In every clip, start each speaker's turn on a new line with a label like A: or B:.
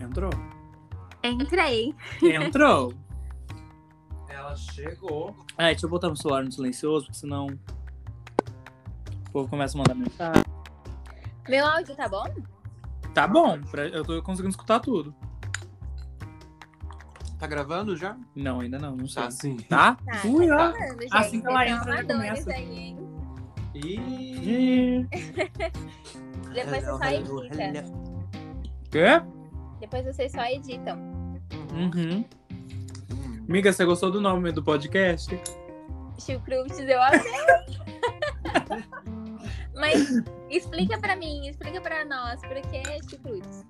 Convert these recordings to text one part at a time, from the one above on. A: entrou?
B: Entrei.
A: Entrou. Ela chegou. Ah, deixa eu botar meu celular no silencioso, porque senão o povo começa a mandar mensagem.
B: Meu áudio tá bom?
A: Tá bom, pra- eu tô conseguindo escutar tudo.
C: Tá gravando já?
A: Não, ainda não, não sei.
C: Tá sim.
A: Tá?
B: Tá.
A: Ui, ó.
B: Tá falando, gente.
A: Assim que ela
B: Vocês são
A: entra, já
B: amadores
A: começa.
B: aí, hein?
C: E...
A: Ih.
B: Depois você só edita.
A: Quê?
B: Depois vocês só editam.
A: Uhum. Miga, você gostou do nome do podcast?
B: Chucrutes, eu amei. Mas explica pra mim, explica pra nós, por que chucrutes?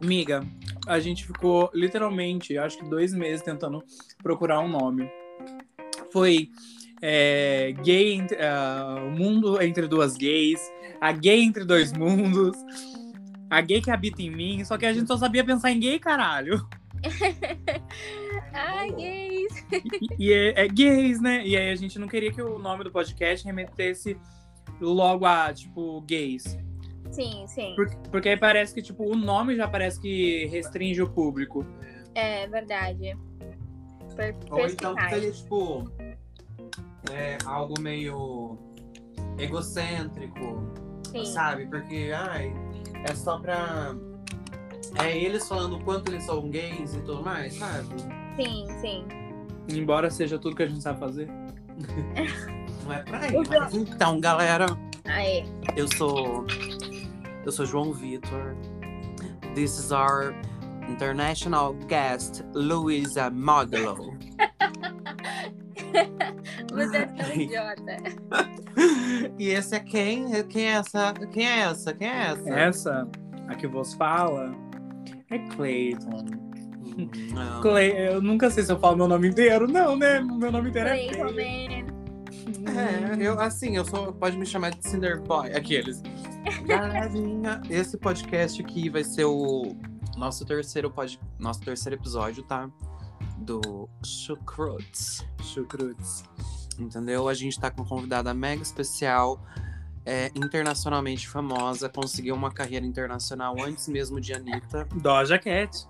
A: Miga, a gente ficou literalmente, acho que dois meses tentando procurar um nome. Foi é, gay, entre- ah, o mundo entre duas gays, a gay entre dois mundos, a gay que habita em mim. Só que a gente só sabia pensar em gay, caralho.
B: Ai, gays.
A: E é, é gays, né? E aí a gente não queria que o nome do podcast remetesse logo a tipo gays,
B: Sim, sim.
A: Por- porque aí parece que tipo o nome já parece que restringe o público.
B: É verdade. Per
C: Ou então
B: perspicaz.
C: seria tipo. é, algo meio. egocêntrico,
B: Sim.
C: sabe? Porque, ai, é só pra. É eles falando o quanto eles são gays e tudo mais, sabe?
B: Sim, sim.
A: Embora seja tudo que a gente sabe fazer.
C: Não é pra eles. Mas então, galera,
B: Aê.
C: eu sou. Eu sou João Vitor. This is our international guest, Luisa Modelo.
B: Você é tão idiota.
C: E esse é quem? Quem é essa? Quem é essa? Quem é essa?
A: Essa, a que vos fala, é Clayton.
C: Não.
A: Clay, eu nunca sei se eu falo meu nome inteiro, não, né? Meu nome inteiro é
B: Peraí,
A: Clayton.
B: Romênio.
C: É, eu assim, eu sou. Pode me chamar de Cinder Boy. Aqueles. Galerinha, esse podcast aqui vai ser o nosso terceiro pod, nosso terceiro episódio, tá? Do Chucrutes.
A: É.
C: Chucrutes. Entendeu? A gente tá com uma convidada mega especial, é, internacionalmente famosa, conseguiu uma carreira internacional antes mesmo de Anitta.
A: Doja Cat.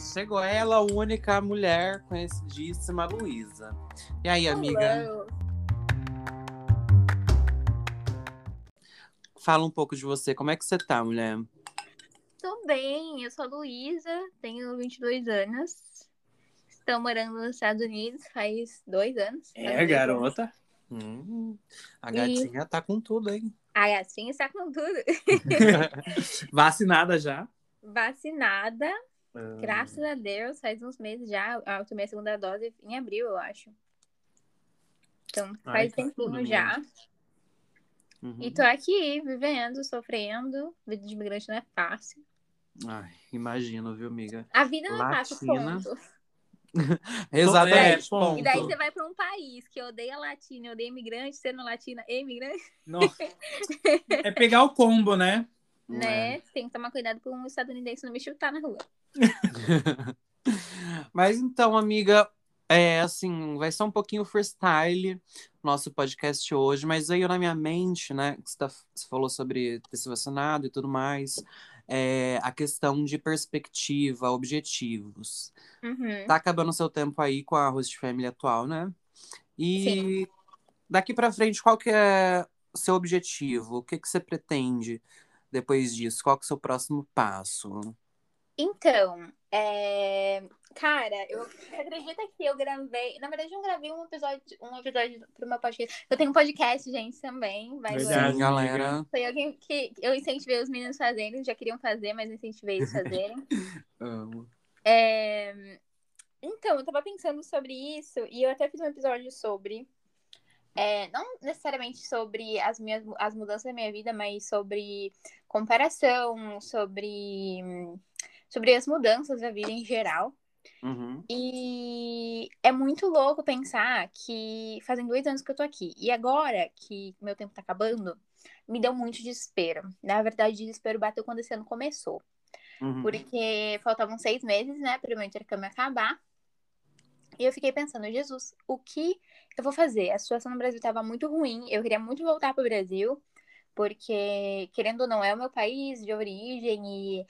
C: Chegou ela, a única mulher conhecidíssima, Luísa. E aí, amiga?
B: Hello.
C: Fala um pouco de você, como é que você tá, mulher?
B: Tô bem, eu sou a Luísa, tenho 22 anos. Estou morando nos Estados Unidos faz dois anos. Faz
A: é,
B: dois
A: garota.
C: Hum, a
B: E-
C: gatinha tá com tudo, hein?
B: A gatinha está com tudo.
A: Vacinada já.
B: Vacinada,
C: Ah.
B: graças a Deus, faz uns meses já. Eu tomei a segunda dose em abril, eu acho. Então,
C: Ai,
B: faz
C: tá tudo,
B: tempinho
C: menina.
B: já.
C: Uhum.
B: E tô aqui, vivendo, sofrendo. Vida de imigrante não é fácil.
C: Ai, imagino, viu, amiga?
B: A vida não é fácil,
C: Latina.
B: ponto.
C: Exatamente,
A: é, ponto.
B: E daí você vai pra um país que odeia latina, odeia imigrante, sendo latina e imigrante,
A: Nossa. É pegar o combo, né?
B: né? Tem que tomar cuidado com um estadunidense não me chutar na rua.
C: Mas então, amiga, é assim, vai ser um pouquinho freestyle nosso podcast hoje, mas veio na minha mente, né, que você, tá- você falou sobre ter se vacinado e tudo mais, é, a questão de perspectiva, objetivos.
B: Uhum.
C: Tá acabando seu tempo aí com a host family atual, né? E daqui pra frente, qual que é seu objetivo? O que que você pretende depois disso? Qual que é o seu próximo passo?
B: Então, é, cara, eu você acredita que eu gravei. Na verdade, eu não gravei um episódio, um episódio pro meu podcast. Eu tenho um podcast, gente, também. Vai
A: Verdade.
B: lá.
C: Sim, galera.
B: Foi alguém que eu incentivei os meninos fazerem, já queriam fazer, mas incentivei eles fazerem.
C: Amo.
B: É, Então, eu tava pensando sobre isso e eu até fiz um episódio sobre. é, não necessariamente sobre as minhas as mudanças da minha vida, mas sobre comparação, sobre, sobre as mudanças da vida em geral.
C: Uhum.
B: E é muito louco pensar que fazem dois anos que eu tô aqui. E agora que meu tempo tá acabando, me deu muito desespero. Na verdade, desespero bateu quando esse ano começou.
C: Uhum.
B: Porque faltavam seis meses, né, para o meu intercâmbio acabar. E eu fiquei pensando, Jesus, o que eu vou fazer? A situação no Brasil estava muito ruim, eu queria muito voltar para o Brasil, Porque, querendo ou não, é o meu país de origem e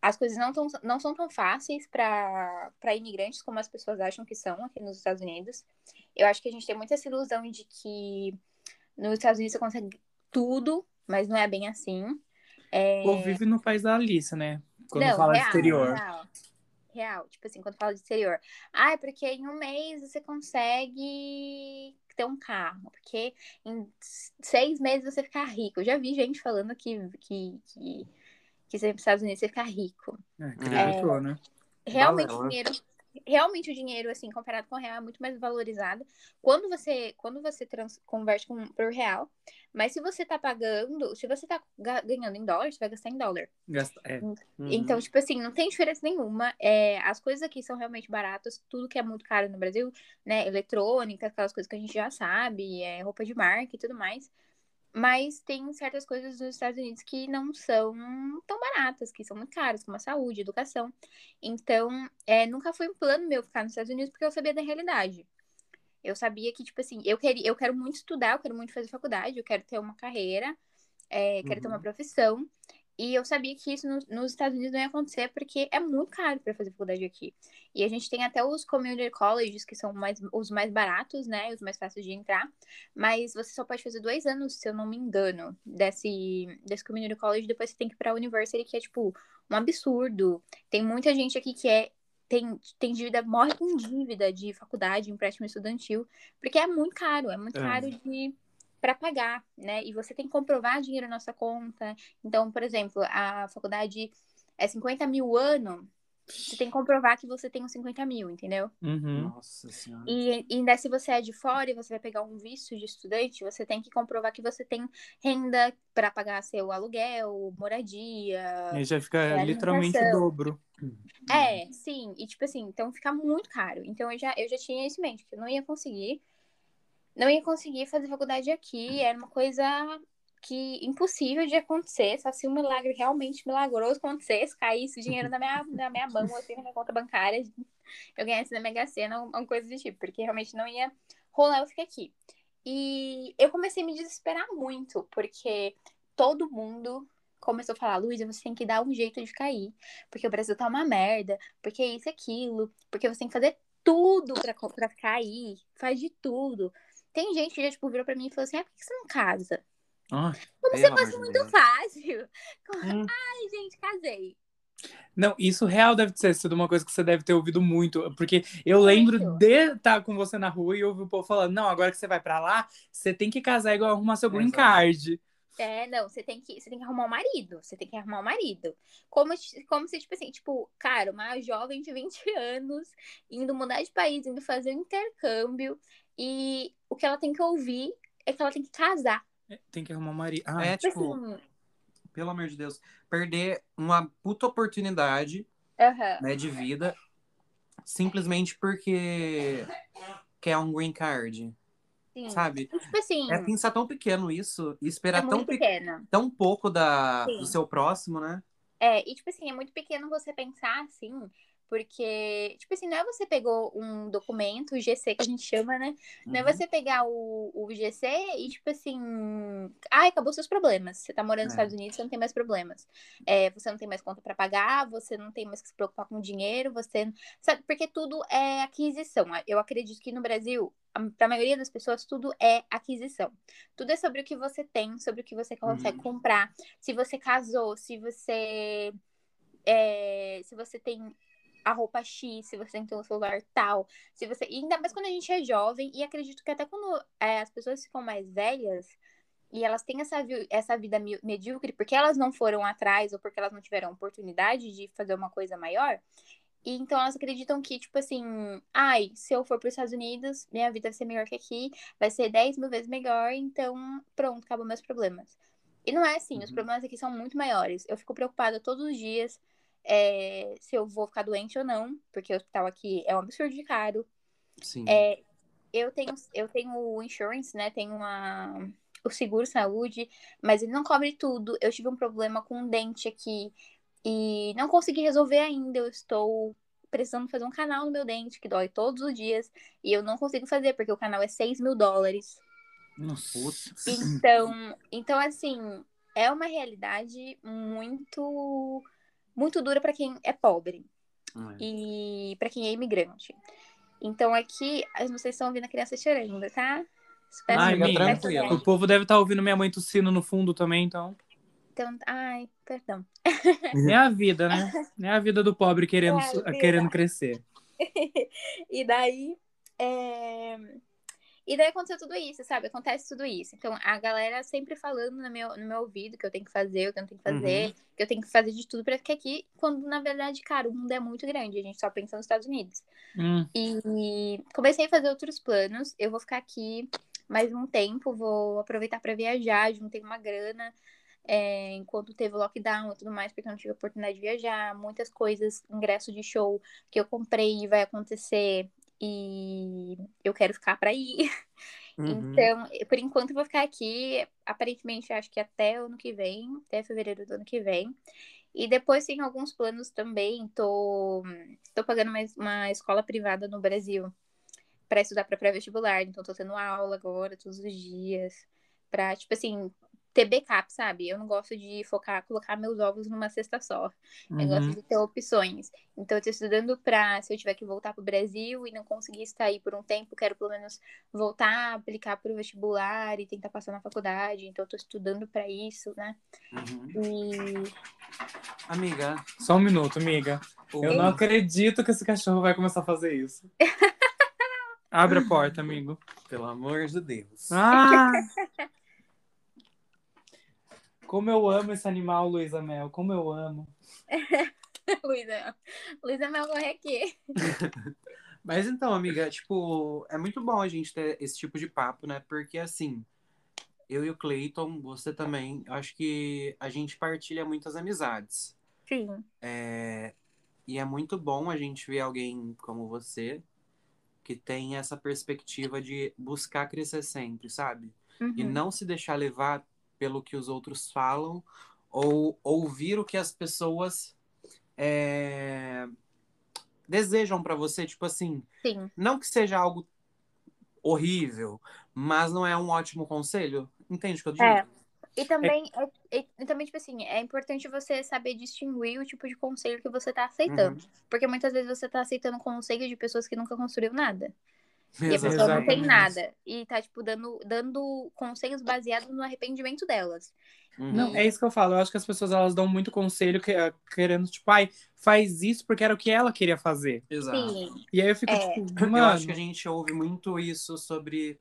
B: as coisas não, tão, não são tão fáceis para imigrantes como as pessoas acham que são aqui nos Estados Unidos. Eu acho que a gente tem muita essa ilusão de que nos Estados Unidos você consegue tudo, mas não é bem assim. É...
A: Ou vive no país da Alice, né? Quando
B: Não, é
A: fala
B: real,
A: de exterior.
B: Real. Real. tipo assim, quando fala de exterior. Ah, é porque em um mês você consegue ter um carro, porque em seis meses você fica rico. Eu já vi gente falando que, que, que, que você vai para os Estados Unidos você fica rico.
A: É, acreditou, né?
B: Realmente
C: Balela.
B: o dinheiro. Realmente o dinheiro, assim, comparado com o real, é muito mais valorizado quando você, quando você trans, converte com, pro real. Mas se você tá pagando, se você tá ga- ganhando em dólar, você vai gastar em dólar.
A: Gasta- é.
C: uhum.
B: Então, tipo assim, não tem diferença nenhuma. É, as coisas aqui são realmente baratas, tudo que é muito caro no Brasil, né? Eletrônica, aquelas coisas que a gente já sabe, é, roupa de marca e tudo mais. Mas tem certas coisas nos Estados Unidos que não são tão baratas, que são muito caras, como a saúde, educação. Então, é, nunca foi um plano meu ficar nos Estados Unidos porque eu sabia da realidade. Eu sabia que, tipo assim, eu, queria, eu quero muito estudar, eu quero muito fazer faculdade, eu quero ter uma carreira, é, quero ter
C: Uhum.
B: uma profissão. E eu sabia que isso no- nos Estados Unidos não ia acontecer porque é muito caro para fazer faculdade aqui. E a gente tem até os community colleges, que são mais, os mais baratos, né? Os mais fáceis de entrar. Mas você só pode fazer dois anos, se eu não me engano, desse, desse community college. Depois você tem que ir pra university, que é, tipo, um absurdo. Tem muita gente aqui que é. Tem, tem dívida, morre com dívida de faculdade, empréstimo estudantil, porque é muito caro, é muito
C: É.
B: caro de para pagar, né? E você tem que comprovar dinheiro na sua conta. Então, por exemplo, a faculdade é 50 mil ano, você tem que comprovar que você tem os 50 mil, entendeu?
A: Uhum.
C: Nossa senhora.
B: E e ainda se você é de fora e você vai pegar um visto de estudante, você tem que comprovar que você tem renda para pagar seu aluguel, moradia.
A: Aí já fica
B: É,
A: literalmente o
B: alimentação.
A: dobro.
B: É, sim. E tipo assim, então fica muito caro. Então eu já, eu já tinha isso em mente, que eu não ia conseguir. Não ia conseguir fazer faculdade aqui. Era uma coisa que impossível de acontecer. Só se um milagre realmente milagroso acontecesse, caísse dinheiro na minha, na minha mão, assim, na minha conta bancária, eu ganhasse na Mega Sena, alguma coisa do tipo, porque realmente não ia rolar eu ficar aqui. E eu comecei a me desesperar muito, porque todo mundo começou a falar, Luísa, você tem que dar um jeito de ficar aí, porque o Brasil tá uma merda, porque é isso e aquilo, porque você tem que fazer tudo pra, co- pra ficar aí, faz de tudo. Tem gente que já, tipo, virou pra mim e falou assim, ah, por que você não casa?
A: Ah,
B: Como
C: Pelo
B: se fosse
C: amor de
B: muito
C: Deus.
B: fácil.
C: É,
B: Como-
A: Hum.
B: Ai, gente, casei.
A: Não, isso real deve ter sido uma coisa que você deve ter ouvido muito, porque eu lembro
B: Muito.
A: de estar com você na rua e ouvir o povo falando: não, agora que você vai pra lá, você tem que casar igual arrumar seu green
C: Exato.
A: card.
B: É, não, você tem que, você tem que arrumar um marido. Você tem que arrumar um marido. Como, se- como se, tipo assim, tipo, cara, uma jovem de 20 anos indo mudar de país, indo fazer um intercâmbio. E o que ela tem que ouvir é que ela tem que casar.
A: Tem que arrumar um marido. Ah,
C: É,
B: Tipo
C: tipo,
B: assim,
C: pelo amor de Deus. Perder uma puta oportunidade
B: aham.
C: né, de vida simplesmente porque quer um green card,
B: sim.
C: sabe?
B: E, Tipo assim,
C: É pensar tão pequeno isso e
B: é
C: esperar tão,
B: muito
C: pe-
B: pequena.
C: tão pouco da,
B: Sim.
C: do seu próximo, né?
B: É, e tipo assim, é muito pequeno você pensar assim, porque, tipo assim, não é você pegou um documento, o GC que a gente chama, né? Não é
C: Uhum.
B: você pegar o, o GC e, tipo assim, ai, acabou seus problemas. Você tá morando nos
C: É.
B: Estados Unidos, você não tem mais problemas. É, você não tem mais conta pra pagar, você não tem mais que se preocupar com dinheiro, você. Sabe, porque tudo é aquisição. Eu acredito que no Brasil, a- pra maioria das pessoas, tudo é aquisição. Tudo é sobre o que você tem, sobre o que você consegue
C: Uhum.
B: comprar. Se você casou, se você. é, se você tem a roupa X, se você tem um celular tal, se você. e Ainda mais quando a gente é jovem, e acredito que até quando é, as pessoas ficam mais velhas e elas têm essa, vi- essa vida mi- medíocre porque elas não foram atrás ou porque elas não tiveram oportunidade de fazer uma coisa maior. E então elas acreditam que, tipo assim, ai, se eu for para os Estados Unidos, minha vida vai ser melhor que aqui, vai ser 10 mil vezes melhor, então pronto, acabam meus problemas. E não é assim, os
C: Uhum.
B: problemas aqui são muito maiores. Eu fico preocupada todos os dias é, se eu vou ficar doente ou não, porque o hospital aqui é um absurdo de caro.
C: Sim.
B: É, eu tenho, eu tenho o insurance, né? Tenho uma, o seguro saúde, mas ele não cobre tudo. Eu tive um problema com um dente aqui e não consegui resolver ainda. Eu estou precisando fazer um canal no meu dente, que dói todos os dias, e eu não consigo fazer, porque o canal é 6 mil dólares.
A: nossa.
C: Putz.
B: Então, então assim, é uma realidade muito muito dura para quem é pobre
C: É.
B: e para quem é imigrante. Então aqui, as- vocês estão ouvindo a criança chorando, tá? Espero
A: Ai,
B: que-
A: amiga,
B: espero que-
C: tranquilo.
A: O povo deve estar ouvindo minha mãe tossindo no fundo também, então.
B: Então, ai, perdão.
A: É a vida, né? É a vida do pobre querendo,
B: É a vida.
A: querendo crescer.
B: E daí. é, E daí aconteceu tudo isso, sabe? Acontece tudo isso. Então, a galera sempre falando no meu, no meu ouvido que eu tenho que fazer, o que eu não tenho que fazer,
A: Uhum.
B: que eu tenho que fazer de tudo pra ficar aqui, quando na verdade, cara, o mundo é muito grande, a gente só pensa nos Estados Unidos.
A: Hum,
B: E comecei a fazer outros planos, eu vou ficar aqui mais um tempo, vou aproveitar pra viajar, juntei uma grana, é, enquanto teve o lockdown e tudo mais, porque eu não tive a oportunidade de viajar, muitas coisas, ingresso de show que eu comprei e vai acontecer e eu quero ficar pra ir.
C: Uhum.
B: Então, eu- por enquanto eu vou ficar aqui, aparentemente acho que até o ano que vem, até fevereiro do ano que vem. E depois tem alguns planos também, tô, tô pagando uma, uma escola privada no Brasil pra estudar pra pré-vestibular, então tô tendo aula agora todos os dias, pra, tipo assim, ter backup, sabe? Eu não gosto de focar, colocar meus ovos numa cesta só. Eu gosto
A: uhum.
B: de ter opções. Então, eu tô estudando pra, se eu tiver que voltar pro Brasil e não conseguir estar aí por um tempo, quero pelo menos voltar, aplicar pro vestibular e tentar passar na faculdade. Então, eu tô estudando pra isso, né?
C: Uhum.
B: E
C: Amiga,
A: Só um minuto, amiga.
C: o-
A: Eu não acredito que esse cachorro vai começar a fazer isso. Abre a porta, amigo.
C: pelo amor de Deus.
A: Ah! Como eu amo esse animal, Luísa Mel. Como eu amo.
B: Luísa, Luísa Mel corre aqui.
C: Mas então, amiga, tipo, é muito bom a gente ter esse tipo de papo, né? Porque assim, eu e o Clayton, você também, eu acho que a gente partilha muitas amizades.
B: Sim,
C: É, E é muito bom a gente ver alguém como você que tem essa perspectiva de buscar crescer sempre, sabe? e
B: uhum,
C: não se deixar levar pelo que os outros falam ou ouvir o que as pessoas é, desejam pra você. Tipo assim,
B: sim,
C: não que seja algo horrível, mas não é um ótimo conselho. Entende o que eu digo? Uhum.
B: É. E também, é- e- e também, tipo assim, é importante você saber distinguir o tipo de conselho que você tá
C: Uhum.
B: aceitando. Porque muitas vezes você tá aceitando conselho de pessoas que nunca construíram nada. E a pessoa não tem
A: Exatamente.
B: nada. E tá, tipo, dando, dando conselhos baseados no arrependimento delas.
C: Uhum.
A: Não, é isso que eu falo. Eu acho que as pessoas elas dão muito conselho que- querendo, tipo, ai, faz isso porque era o que ela queria fazer.
C: Exato.
B: Sim,
A: E aí eu fico,
B: É.
A: tipo,
C: Eu
A: mano.
C: acho que a gente ouve muito isso sobre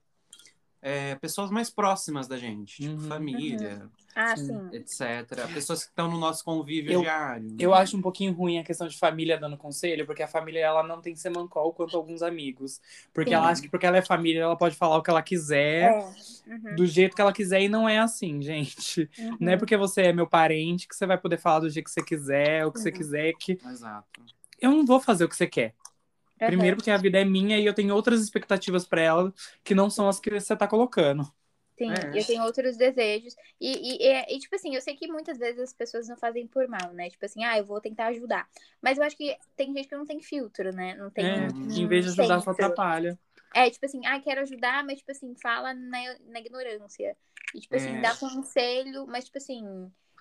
C: é, pessoas mais próximas da gente, tipo
A: Uhum.
C: família,
B: ah,
A: Sim.
B: sim.
C: etc. Pessoas que estão no nosso convívio
A: Eu-
C: diário.
A: Eu acho um pouquinho ruim a questão de família dando conselho, porque a família ela não tem semancol quanto alguns amigos. Porque
B: Sim.
A: ela acha que porque ela é família, ela pode falar o que ela
B: É.
A: quiser,
B: Uhum.
A: do jeito que ela quiser, e não é assim, gente.
B: Uhum.
A: Não é porque você é meu parente que você vai poder falar do jeito que você quiser, o que você
B: Uhum.
A: quiser, que
C: Exato.
A: eu não vou fazer o que você quer.
B: Uhum.
A: Primeiro porque a vida é minha e eu tenho outras expectativas pra ela que não são as que você tá colocando.
B: Sim,
C: É.
B: e eu tenho outros desejos. E, e, e- e, tipo assim, eu sei que muitas vezes as pessoas não fazem por mal, né? Tipo assim, ah, eu vou tentar ajudar. Mas eu acho que tem gente que não tem filtro, né? Não tem.
A: É,
C: Uhum.
A: em vez de ajudar, só
B: senso.
A: atrapalha.
B: É, tipo assim, ah, quero ajudar, mas, tipo assim, fala na, na ignorância. E, tipo assim,
C: É.
B: dá conselho, mas, tipo assim,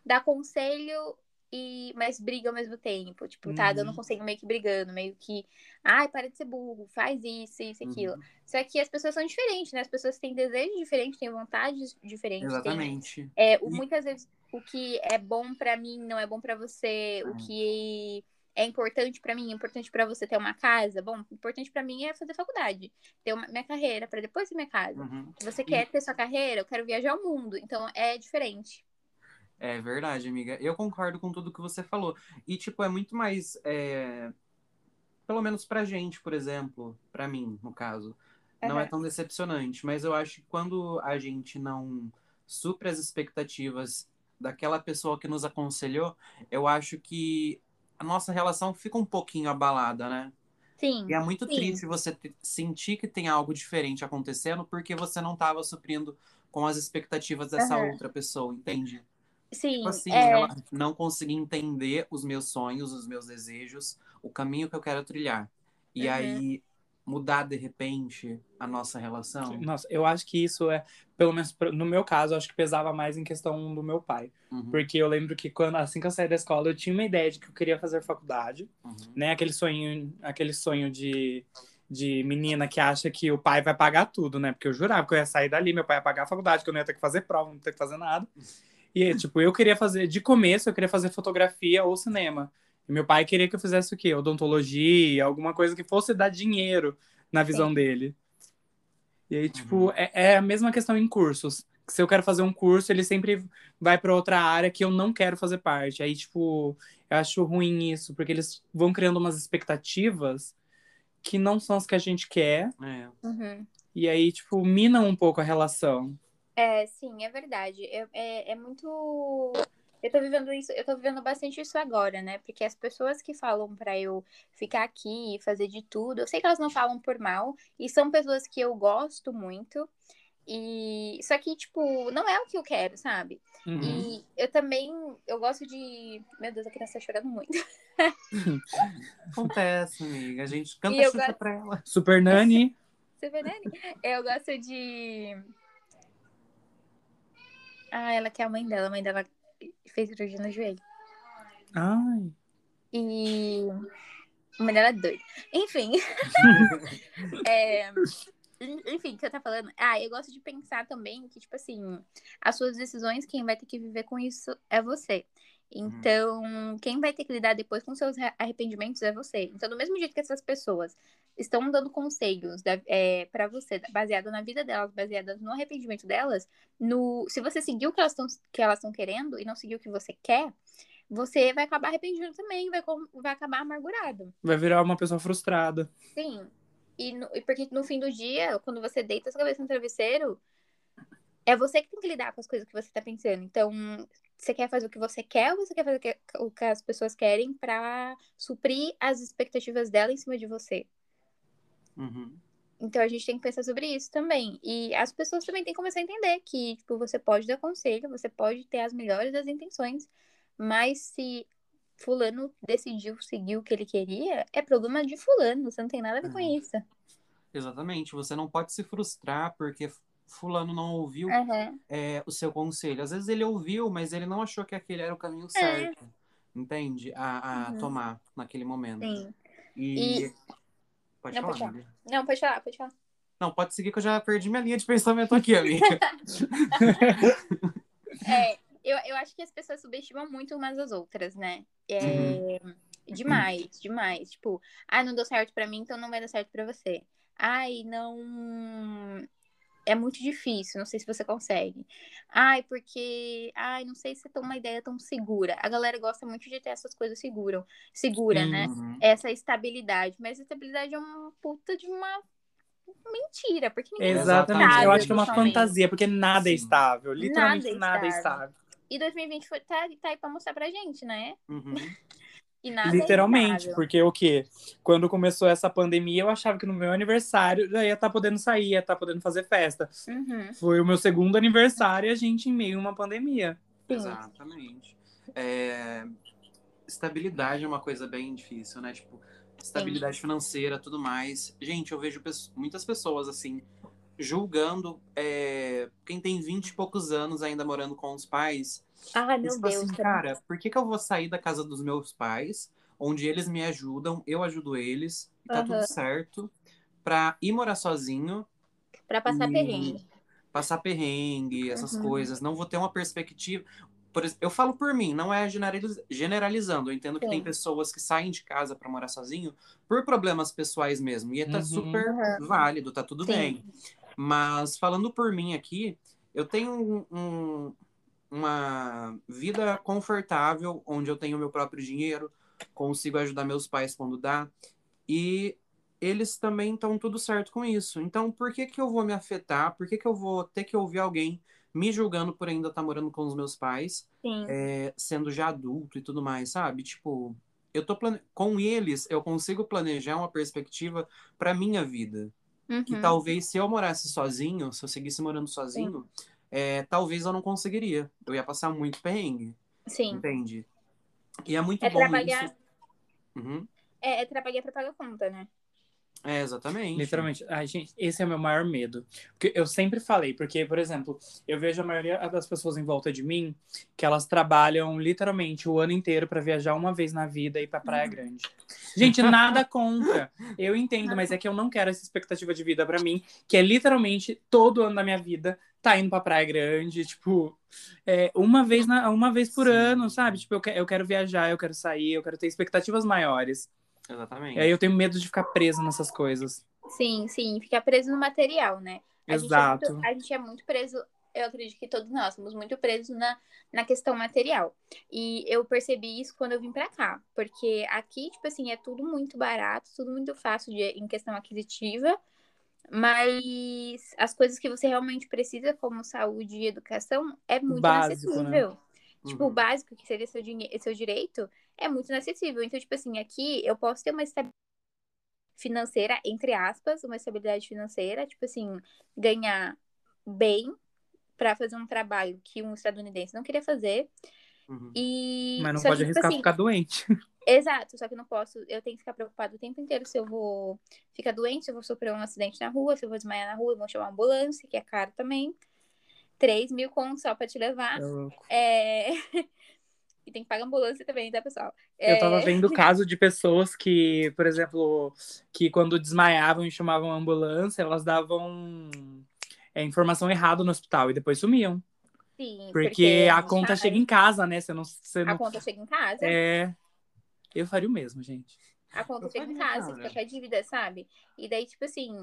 B: dá conselho e mas briga ao mesmo tempo. Tipo, tá
A: Uhum.
B: dando conselho meio que brigando, meio que, ai, para de ser burro, faz isso, isso, aquilo. Só que as pessoas são diferentes, né? As pessoas têm desejos diferentes, têm vontades diferentes. Têm,
C: Exatamente.
B: é, o,
C: E-
B: muitas vezes, o que é bom pra mim não é bom pra você, o
C: É.
B: que é importante pra mim, é importante pra você ter uma casa. Bom, importante pra mim é fazer faculdade, ter uma, minha carreira, pra depois ter minha casa.
C: Uhum.
B: Você quer ter sua carreira, eu quero viajar o mundo, então é diferente.
C: É verdade, amiga. Eu concordo com tudo que você falou. E, tipo, é muito mais. é, Pelo menos pra gente, por exemplo. Pra mim, no caso. Não é
B: Aham.
C: tão decepcionante. Mas eu acho que quando a gente não supre as expectativas daquela pessoa que nos aconselhou, eu acho que a nossa relação fica um pouquinho abalada, né?
B: Sim.
C: E é muito
B: Sim.
C: triste você te- sentir que tem algo diferente acontecendo porque você não estava suprindo com as expectativas dessa
B: Aham.
C: outra pessoa, entende?
B: Sim.
C: Tipo assim,
B: é,
C: ela não conseguia entender os meus sonhos, os meus desejos, o caminho que eu quero trilhar. E
B: Uhum.
C: aí, mudar de repente a nossa relação?
A: Nossa, eu acho que isso é, pelo menos pra- no meu caso, eu acho que pesava mais em questão do meu pai.
C: Uhum,
A: Porque eu lembro que quando assim que eu saí da escola, eu tinha uma ideia de que eu queria fazer faculdade,
C: uhum.
A: né? Aquele sonho, aquele sonho de, de menina que acha que o pai vai pagar tudo, né? Porque eu jurava que eu ia sair dali, meu pai ia pagar a faculdade, que eu não ia ter que fazer prova, não ia ter que fazer nada. E, tipo, eu queria fazer, de começo, eu queria fazer fotografia ou cinema. E meu pai queria que eu fizesse o quê? Odontologia, alguma coisa que fosse dar dinheiro na visão dele. E aí, tipo,
C: Uhum.
A: é, é a mesma questão em cursos. Que Se eu quero fazer um curso, ele sempre vai pra outra área que eu não quero fazer parte. Aí, tipo, eu acho ruim isso, porque eles vão criando umas expectativas que não são as que a gente quer.
C: É.
B: Uhum.
A: E aí, tipo, minam um pouco a relação.
B: É, sim, é verdade. É, é, é muito. Eu tô vivendo isso, eu tô vivendo bastante isso agora, né? Porque as pessoas que falam pra eu ficar aqui e fazer de tudo, eu sei que elas não falam por mal, e são pessoas que eu gosto muito. E só que, tipo, não é o que eu quero, sabe?
A: Uhum.
B: E eu também, eu gosto de. Meu Deus, a criança tá chorando muito.
C: Acontece, amiga. A gente
B: E
C: canta
B: eu
C: Xuxa
B: gosto-
C: pra ela.
A: Super Nani.
B: Você vê, Nani? Eu gosto de. Ah, ela quer a mãe dela. A mãe dela fez cirurgia no joelho.
A: Ai.
B: E. A mãe dela é doida. Enfim. É, en- Enfim, o que eu tava falando? Ah, eu gosto de pensar também que, tipo assim, as suas decisões, quem vai ter que viver com isso é você. Então, quem vai ter que lidar depois com seus re- arrependimentos é você. Então, do mesmo jeito que essas pessoas estão dando conselhos da, é, para você, baseado na vida delas, baseadas no arrependimento delas, no, se você seguir o que elas estão que elas estão querendo e não seguir o que você quer, você vai acabar arrependido também, vai, com- vai acabar amargurado.
A: Vai virar uma pessoa frustrada.
B: Sim. E, no- e porque no fim do dia, quando você deita sua cabeça no travesseiro, é você que tem que lidar com as coisas que você tá pensando. Então, você quer fazer o que você quer ou você quer fazer o que, o que as pessoas querem pra suprir as expectativas dela em cima de você?
C: Uhum.
B: Então a gente tem que pensar sobre isso também. E as pessoas também têm que começar a entender que, tipo, você pode dar conselho, você pode ter as melhores das intenções, mas se fulano decidiu seguir o que ele queria, é problema de fulano, você não tem nada a ver com
C: Uhum.
B: isso.
C: Exatamente. Você não pode se frustrar porque fulano não ouviu
B: Aham.
C: é, o seu conselho. Às vezes ele ouviu, mas ele não achou que aquele era o caminho certo. Entende? A, a
B: É. Uhum.
C: tomar naquele momento.
B: Sim.
C: E... Pode
B: Não,
C: falar,
B: pode falar.
C: amiga.
B: Não, pode falar, pode falar.
C: Não, pode seguir que eu já perdi minha linha de pensamento aqui, amiga.
B: É, eu, eu acho que as pessoas subestimam muito umas às outras, né? É,
A: Uhum.
B: Demais, demais. Tipo, ai, não deu certo pra mim, então não vai dar certo pra você. Ai, não. É muito difícil, não sei se você consegue. Ai, porque. Ai, não sei se é tão- uma ideia tão segura. A galera gosta muito de ter essas coisas seguram, segura,
A: Sim.
B: né?
C: Uhum.
B: Essa estabilidade. Mas a estabilidade é uma puta de uma mentira, porque ninguém
A: Exatamente. Eu
B: Estável,
A: acho que é uma
B: totalmente.
A: fantasia, porque nada é
C: Sim.
A: estável. Literalmente
B: Nada
A: nada
B: é
A: é
B: estável.
A: estável.
B: E 2020 foi, tá, tá aí pra mostrar pra gente, né?
C: Uhum.
B: E nada é
A: Literalmente,
B: inevitável.
A: porque o quê? Quando começou essa pandemia, eu achava que no meu aniversário já ia estar podendo sair, ia estar podendo fazer festa.
B: Uhum,
A: Foi o meu segundo aniversário e a gente em meio a uma pandemia.
B: sim.
C: Exatamente. É, Estabilidade é uma coisa bem difícil, né? Tipo, estabilidade financeira, tudo mais. Gente, eu vejo pes- muitas pessoas, assim, julgando é, quem tem 20 e poucos anos ainda morando com os pais.
B: Ai,
C: E,
B: Ah, meu
C: tipo
B: Deus. tá
C: assim, cara, por que, que eu vou sair da casa dos meus pais, onde eles me ajudam, eu ajudo eles, e tá
B: Aham.
C: tudo certo, pra ir morar sozinho
B: Pra passar
C: E-
B: perrengue.
C: passar perrengue, essas
B: Uhum.
C: coisas, não vou ter uma perspectiva. Por ex- eu falo por mim, não é generaliz- generalizando. Eu entendo que
B: Sim.
C: tem pessoas que saem de casa para morar sozinho por problemas pessoais mesmo. E tá
A: Uhum.
C: super
B: Uhum.
C: válido, tá tudo
B: Sim.
C: bem. Mas falando por mim aqui, eu tenho um- um- uma vida confortável, onde eu tenho meu próprio dinheiro, consigo ajudar meus pais quando dá. E eles também estão tudo certo com isso. Então, por que que eu vou me afetar? Por que que eu vou ter que ouvir alguém me julgando por ainda estar morando com os meus pais,
B: Sim.
C: é, sendo já adulto e tudo mais, sabe? Tipo, eu tô plane... com eles, eu consigo planejar uma perspectiva para minha vida. é, Que
B: Uhum.
C: talvez se eu morasse sozinho, se eu seguisse morando sozinho, é, talvez eu não conseguiria. Eu ia passar muito perrengue,
B: Sim.
C: entende? E é muito
B: É
C: bom
B: trabalhar,
C: isso. Uhum.
B: é, é trabalhar pra pagar conta, é né?
C: É, exatamente.
A: Literalmente. Ai, gente, esse é o meu maior medo. Porque eu sempre falei, porque, por exemplo, eu vejo a maioria das pessoas em volta de mim que elas trabalham literalmente o ano inteiro para viajar uma vez na vida e ir pra Praia Grande. Gente, nada contra. Eu entendo, mas é que eu não quero essa expectativa de vida para mim, que é literalmente todo ano da minha vida tá indo pra Praia Grande, tipo, é, uma, vez na, uma vez por
C: Sim.
A: ano, sabe? Tipo, eu, que- eu quero viajar, eu quero sair, eu quero ter expectativas maiores.
C: Exatamente.
A: E aí eu tenho medo de ficar presa nessas coisas.
B: Sim, sim, ficar preso no material, né? A gente é muito-
A: Exato.
B: a gente é muito preso, eu acredito que todos nós somos muito presos na, na questão material. E eu percebi isso quando eu vim pra cá, porque aqui, tipo assim, é tudo muito barato, tudo muito fácil de, em questão aquisitiva, mas as coisas que você realmente precisa, como saúde e educação, é muito
A: Básico, né?
B: inacessível. Tipo, o
C: Uhum.
B: básico, que seria seu, dinhe- seu direito, é muito inacessível. Então, tipo assim, aqui eu posso ter uma estabilidade financeira, entre aspas, uma estabilidade financeira, tipo assim, ganhar bem pra fazer um trabalho que um estadunidense não queria fazer.
C: Uhum.
B: E.
A: Mas não
B: só
A: pode
B: que, tipo
A: arriscar
B: assim,
A: ficar doente.
B: Exato, só que eu não posso, eu tenho que ficar preocupado o tempo inteiro se eu vou ficar doente, se eu vou sofrer um acidente na rua, se eu vou desmaiar na rua, vão chamar uma ambulância, que é caro também. 3 mil contos só pra te levar.
A: É louco.
B: É... E tem que pagar ambulância também, tá, pessoal? É...
A: Eu tava vendo o caso de pessoas que, por exemplo, que quando desmaiavam e chamavam a ambulância, elas davam é, informação errada no hospital e depois sumiam.
B: Sim, é um
A: Porque, a conta chega em casa, né? Você não. Você
B: A
A: não
B: conta chega em casa.
A: é... Eu faria o mesmo, gente.
B: A conta
C: Eu
B: chega em
C: faria,
B: casa,
C: cara.
B: fica com a dívida, sabe? E daí, tipo assim,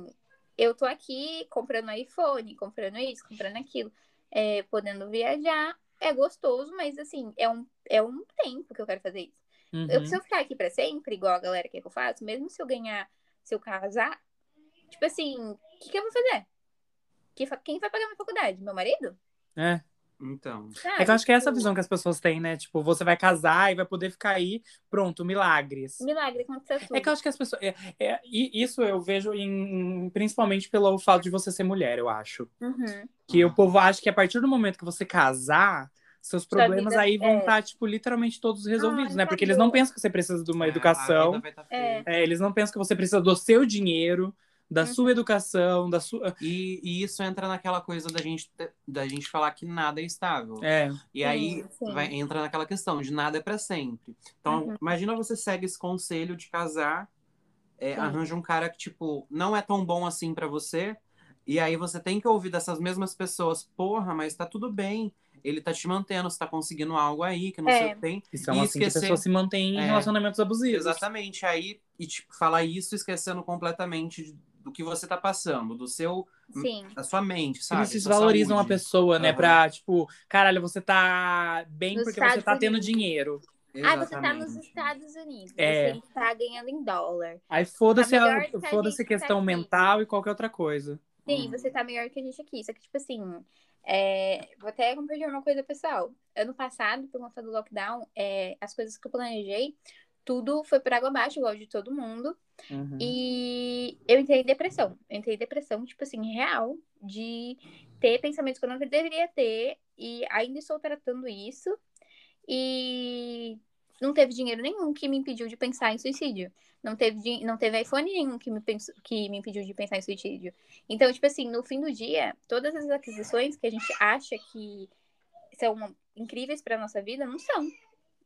B: eu tô aqui comprando iPhone, comprando isso, comprando aquilo, é, podendo viajar. É gostoso, mas assim, é um, é um tempo que eu quero fazer isso.
A: Uhum.
B: Eu preciso ficar aqui pra sempre, igual a galera quer que eu faço, mesmo se eu ganhar, se eu casar, tipo assim, o que, que eu vou fazer? Que fa- Quem vai pagar minha faculdade? Meu marido?
A: É.
C: Então.
A: É que eu acho que é essa a
B: Tipo,
A: visão que as pessoas têm, né? Tipo, você vai casar e vai poder ficar aí, pronto, milagres.
B: Milagre aconteceu tudo.
A: É que eu acho que as pessoas. é- é- e isso eu vejo em- principalmente pelo fato de você ser mulher, eu acho.
B: Uhum.
A: Que o povo acha que a partir do momento que você casar, seus problemas
B: vida-
A: aí vão
B: é.
A: estar, tipo, literalmente todos resolvidos,
B: Ai,
A: né?
B: tá
A: Porque eles não
B: boa.
A: pensam que você precisa de uma
C: é, a
A: educação,
C: vida vai tá
B: É.
C: feia.
A: é, eles não pensam que você precisa do seu dinheiro, da
B: Uhum.
A: sua educação, da sua.
C: E, e isso entra naquela coisa da gente, da gente falar que nada é estável.
A: É,
C: E aí
B: Sim, sim.
C: vai- entra naquela questão de nada é pra sempre. Então,
B: Uhum.
C: imagina você segue esse conselho de casar, é,
B: Sim.
C: arranja um cara que, tipo, não é tão bom assim pra você. E aí você tem que ouvir dessas mesmas pessoas, porra, mas tá tudo bem. Ele tá te mantendo, você tá conseguindo algo aí, que não
B: É.
C: sei o que tem.
A: e são
C: E
A: assim que a
C: esquecer-
A: pessoa se mantém em
C: É.
A: relacionamentos abusivos.
C: Exatamente. Aí, e tipo, falar isso esquecendo completamente de- do que você tá passando, do seu,
B: Sim.
C: da sua mente, sabe?
A: Eles
C: Sua
A: desvalorizam
C: saúde.
A: a pessoa, né?
C: Aham.
A: Pra, tipo, caralho, você tá bem
B: No
A: porque você tá
B: estado
A: tendo
B: de-
A: dinheiro.
B: Ah, você tá nos
C: Exatamente.
B: Estados Unidos.
A: É.
B: Você tá ganhando em dólar.
A: Aí foda-se
B: Tá
A: a-
B: melhor que a
A: foda-se
B: gente
A: questão
B: tá aqui.
A: mental e qualquer outra coisa.
B: Sim,
C: Uhum.
B: você tá melhor que a gente aqui. Só que, tipo assim, é, vou até compartilhar uma coisa, pessoal. Ano passado, por conta do lockdown, é, as coisas que eu planejei, tudo foi por água abaixo, igual de todo mundo.
A: Uhum.
B: E eu entrei em depressão. Eu entrei em depressão, tipo assim, real, de ter pensamentos que eu não deveria ter. E ainda estou tratando isso. E não teve dinheiro nenhum que me impediu de pensar em suicídio. Não teve, din- não teve iPhone nenhum que me, pens- que me impediu de pensar em suicídio. Então, tipo assim, no fim do dia, todas as aquisições que a gente acha que são incríveis pra nossa vida, não são.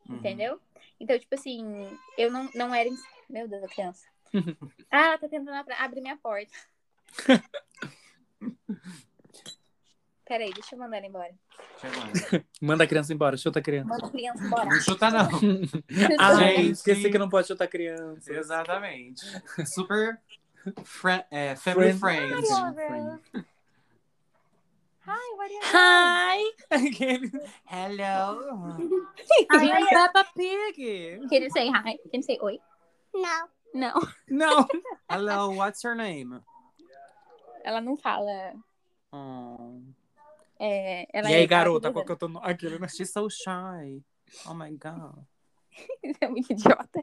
C: Uhum.
B: Entendeu? Então, tipo assim, eu não, não era. ins- Meu Deus, a criança. ah, tá tentando abra- abrir minha porta. Peraí, deixa eu mandar ela embora.
C: Hum, Chegando.
A: Manda a criança embora, chuta a criança.
B: Manda a criança embora.
C: Não chuta, não.
A: Ah,
C: Gente.
A: gente, esqueci que não pode chutar criança.
C: Exatamente. Super fri- é, family friends.
B: Hello, girl. Hi, what are you
A: Hi!
C: Hello.
B: I am
A: Peppa Pig!
B: Can you say hi? Can you say oi? Não. Não.
A: Não!
C: Hello, what's your name?
B: Ela não fala.
C: Oh,
B: é, ela
A: e aí,
B: é
A: garota, qual que
B: brasileira.
A: eu tô... no- Aquele, né?
C: she's so shy. Oh my god.
B: É muito idiota.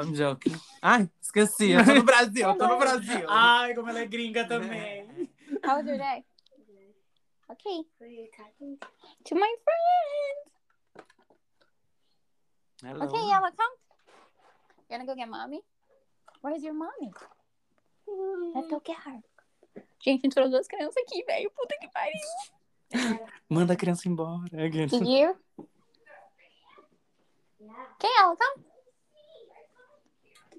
C: I'm joking. Ai, esqueci. Eu tô no Brasil, eu tô no Brasil.
A: Ai, como ela é gringa também.
B: How old are they? Okay. To my friend.
C: Hello.
B: Okay, ela, come. You're gonna go get mommy? Where's your mommy? Let's go get her. Gente, entrou duas crianças aqui, velho. Puta que pariu.
C: Manda a criança embora.
B: You? Quem ela tá?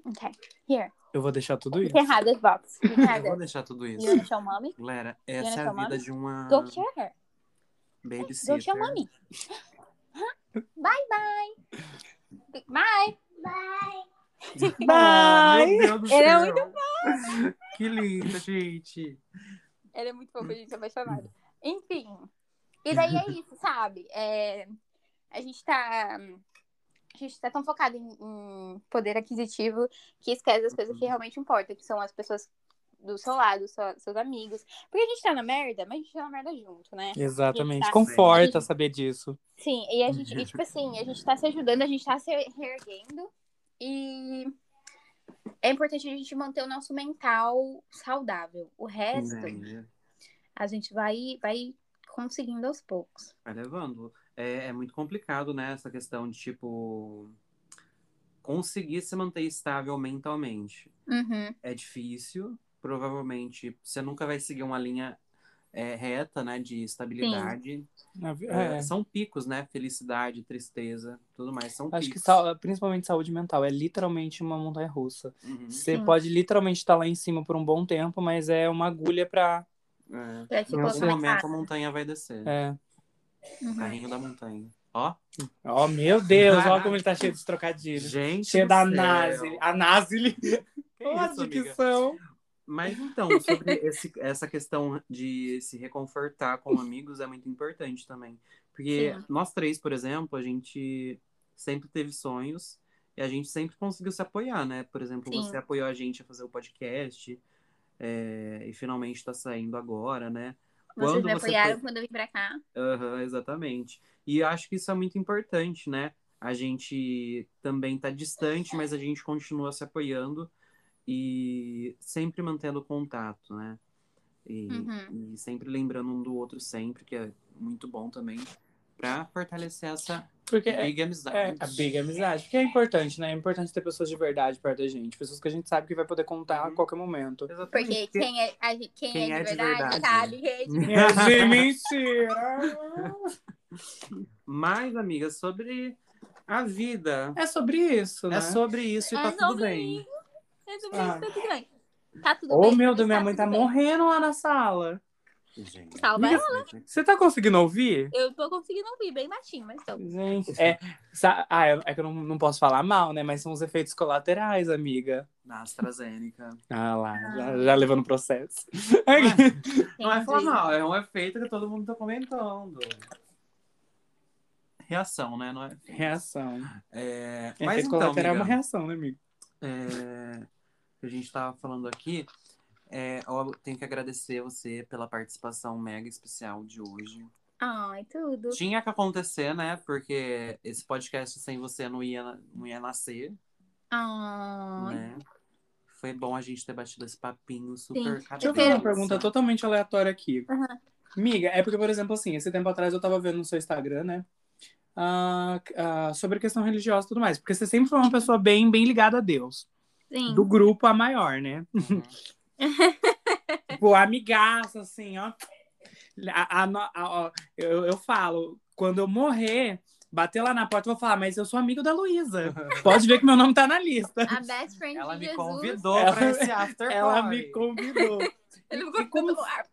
B: Ok. Here.
A: Eu vou deixar tudo
B: You
A: isso.
B: can have this box. You can
C: Eu
B: have
C: vou
B: this.
C: deixar tudo isso.
B: You wanna show mommy?
C: Galera,
B: Yana
C: essa é a
B: chamando?
C: vida de uma
B: Go share her. Go
C: babysitter.
B: share mommy. Bye, bye. Bye.
C: Ah, meu Deus do
B: Ele é
C: céu.
B: muito
C: Que linda, gente.
B: Ela é muito fofa, gente, sou apaixonada. Enfim. E daí é isso, sabe? É, a gente tá. A gente tá tão focado em, em poder aquisitivo que esquece das coisas que realmente importam, que são as pessoas do seu lado, sua- seus amigos. Porque a gente tá na merda, mas a gente tá na merda junto, né?
A: Exatamente.
B: Tá.
A: Conforta saber disso.
B: Sim, e a gente, e, tipo assim, a gente tá se ajudando, a gente tá se reerguendo. E é importante a gente manter o nosso mental saudável. O resto,
C: Né?
B: a gente vai, vai conseguindo aos poucos.
C: Vai levando. É, é muito complicado, né? Essa questão de, tipo, conseguir se manter estável mentalmente.
B: Uhum.
C: É difícil. Provavelmente, você nunca vai seguir uma linha é, reta, né? De estabilidade.
A: Na vi-
C: É,
A: é.
C: São picos, né? Felicidade, tristeza, tudo mais. São
A: Acho que
C: picos.
A: sa- principalmente saúde mental é literalmente uma montanha russa.
C: Uhum.
A: Você
B: Sim.
A: pode literalmente estar lá em cima por um bom tempo, mas é uma agulha pra.
C: É.
B: Pra te
C: Em algum
B: colocar
C: momento a
B: na
C: montanha vai descer.
A: É.
B: Uhum.
C: Carrinho da montanha. Ó.
A: Oh, meu Deus, olha como ele tá cheio de trocadilhos.
C: Gente.
A: Cheio
C: do
A: da
C: céu.
A: Nazile. A Nazile.
C: Que
A: Ó, a
C: isso, amiga?
A: dicção.
C: Mas então, sobre esse- essa questão de se reconfortar com amigos é muito importante também. Porque
B: Sim.
C: nós três, por exemplo, a gente sempre teve sonhos e a gente sempre conseguiu se apoiar, né? Por exemplo,
B: Sim.
C: você apoiou a gente a fazer o podcast é, e finalmente tá saindo agora, né?
B: Vocês
C: Quando
B: me
C: você
B: apoiaram
C: foi-
B: quando eu vim pra cá.
C: Aham, exatamente. E eu acho que isso é muito importante, né? A gente também tá distante, mas a gente continua se apoiando e sempre mantendo contato, né? E,
B: Uhum.
C: e sempre lembrando um do outro sempre, que é muito bom também, para fortalecer essa
A: Porque é,
C: big
A: é
C: amizade.
A: a big amizade. Porque é importante, né? É importante ter pessoas de verdade perto da gente. Pessoas que a gente sabe que vai poder contar a
C: Uhum.
A: qualquer momento.
C: Exatamente.
B: Porque
C: porque-
B: quem é, a gente- quem
C: Quem
B: é
C: é
B: de
C: de
B: verdade
C: verdade. Hum.
B: sabe que é de verdade.
A: É de mentira.
C: Mas, amiga, sobre a vida.
A: É sobre isso, né?
C: É sobre isso e
B: É
C: tá tudo
B: sobre
C: bem.
B: isso, é sobre
A: Ah.
B: isso, tá tudo bem. Tá tudo
A: Ô,
B: bem.
A: meu
B: está
A: Deus, minha mãe tá
B: tudo bem.
A: morrendo lá na sala.
C: Gente,
B: Salva
A: Você tá conseguindo ouvir?
B: Eu tô conseguindo ouvir bem baixinho, mas tô.
A: Gente, é. sa- Ah, é é que eu não, não posso falar mal, né? Mas são os efeitos colaterais, amiga.
C: Na AstraZeneca.
A: Ah lá, já, já levando o processo.
B: Ah.
C: Não é falar
B: Entendi.
C: mal, é um efeito que todo mundo tá comentando. Reação, né? Não é...
A: Reação.
C: É, Mas
A: Efeito
C: então,
A: colateral é uma
C: amiga,
A: reação, né, amigo?
C: é, que a gente tava falando aqui, é, eu tenho que agradecer você pela participação mega especial de hoje.
B: Ai, tudo.
C: Tinha que acontecer, né? Porque esse podcast sem você não ia, não ia nascer,
B: Ai.
C: né? Foi bom a gente ter batido esse papinho super
A: Deixa eu fazer
B: Quero-
A: uma pergunta totalmente aleatória aqui.
B: Aham.
A: Miga, é porque, por exemplo, assim, esse tempo atrás eu tava vendo no seu Instagram, né? ah, ah, sobre questão religiosa e tudo mais. Porque você sempre foi uma pessoa bem, bem ligada a Deus.
B: Sim.
A: Do grupo a maior, né?
C: Uhum.
A: Tipo, amigaça, assim, ó. A- a no- a- ó, eu, eu falo, quando eu morrer, bater lá na porta, eu vou falar, mas eu sou amigo da Luísa. Pode ver que meu nome tá na lista.
B: A best friend
C: Ela
B: de
C: me
B: Jesus.
C: convidou
A: Ela-
C: pra esse after
A: Ela
C: party.
A: me convidou.
B: Ele me
A: E como-
B: convidou no ar.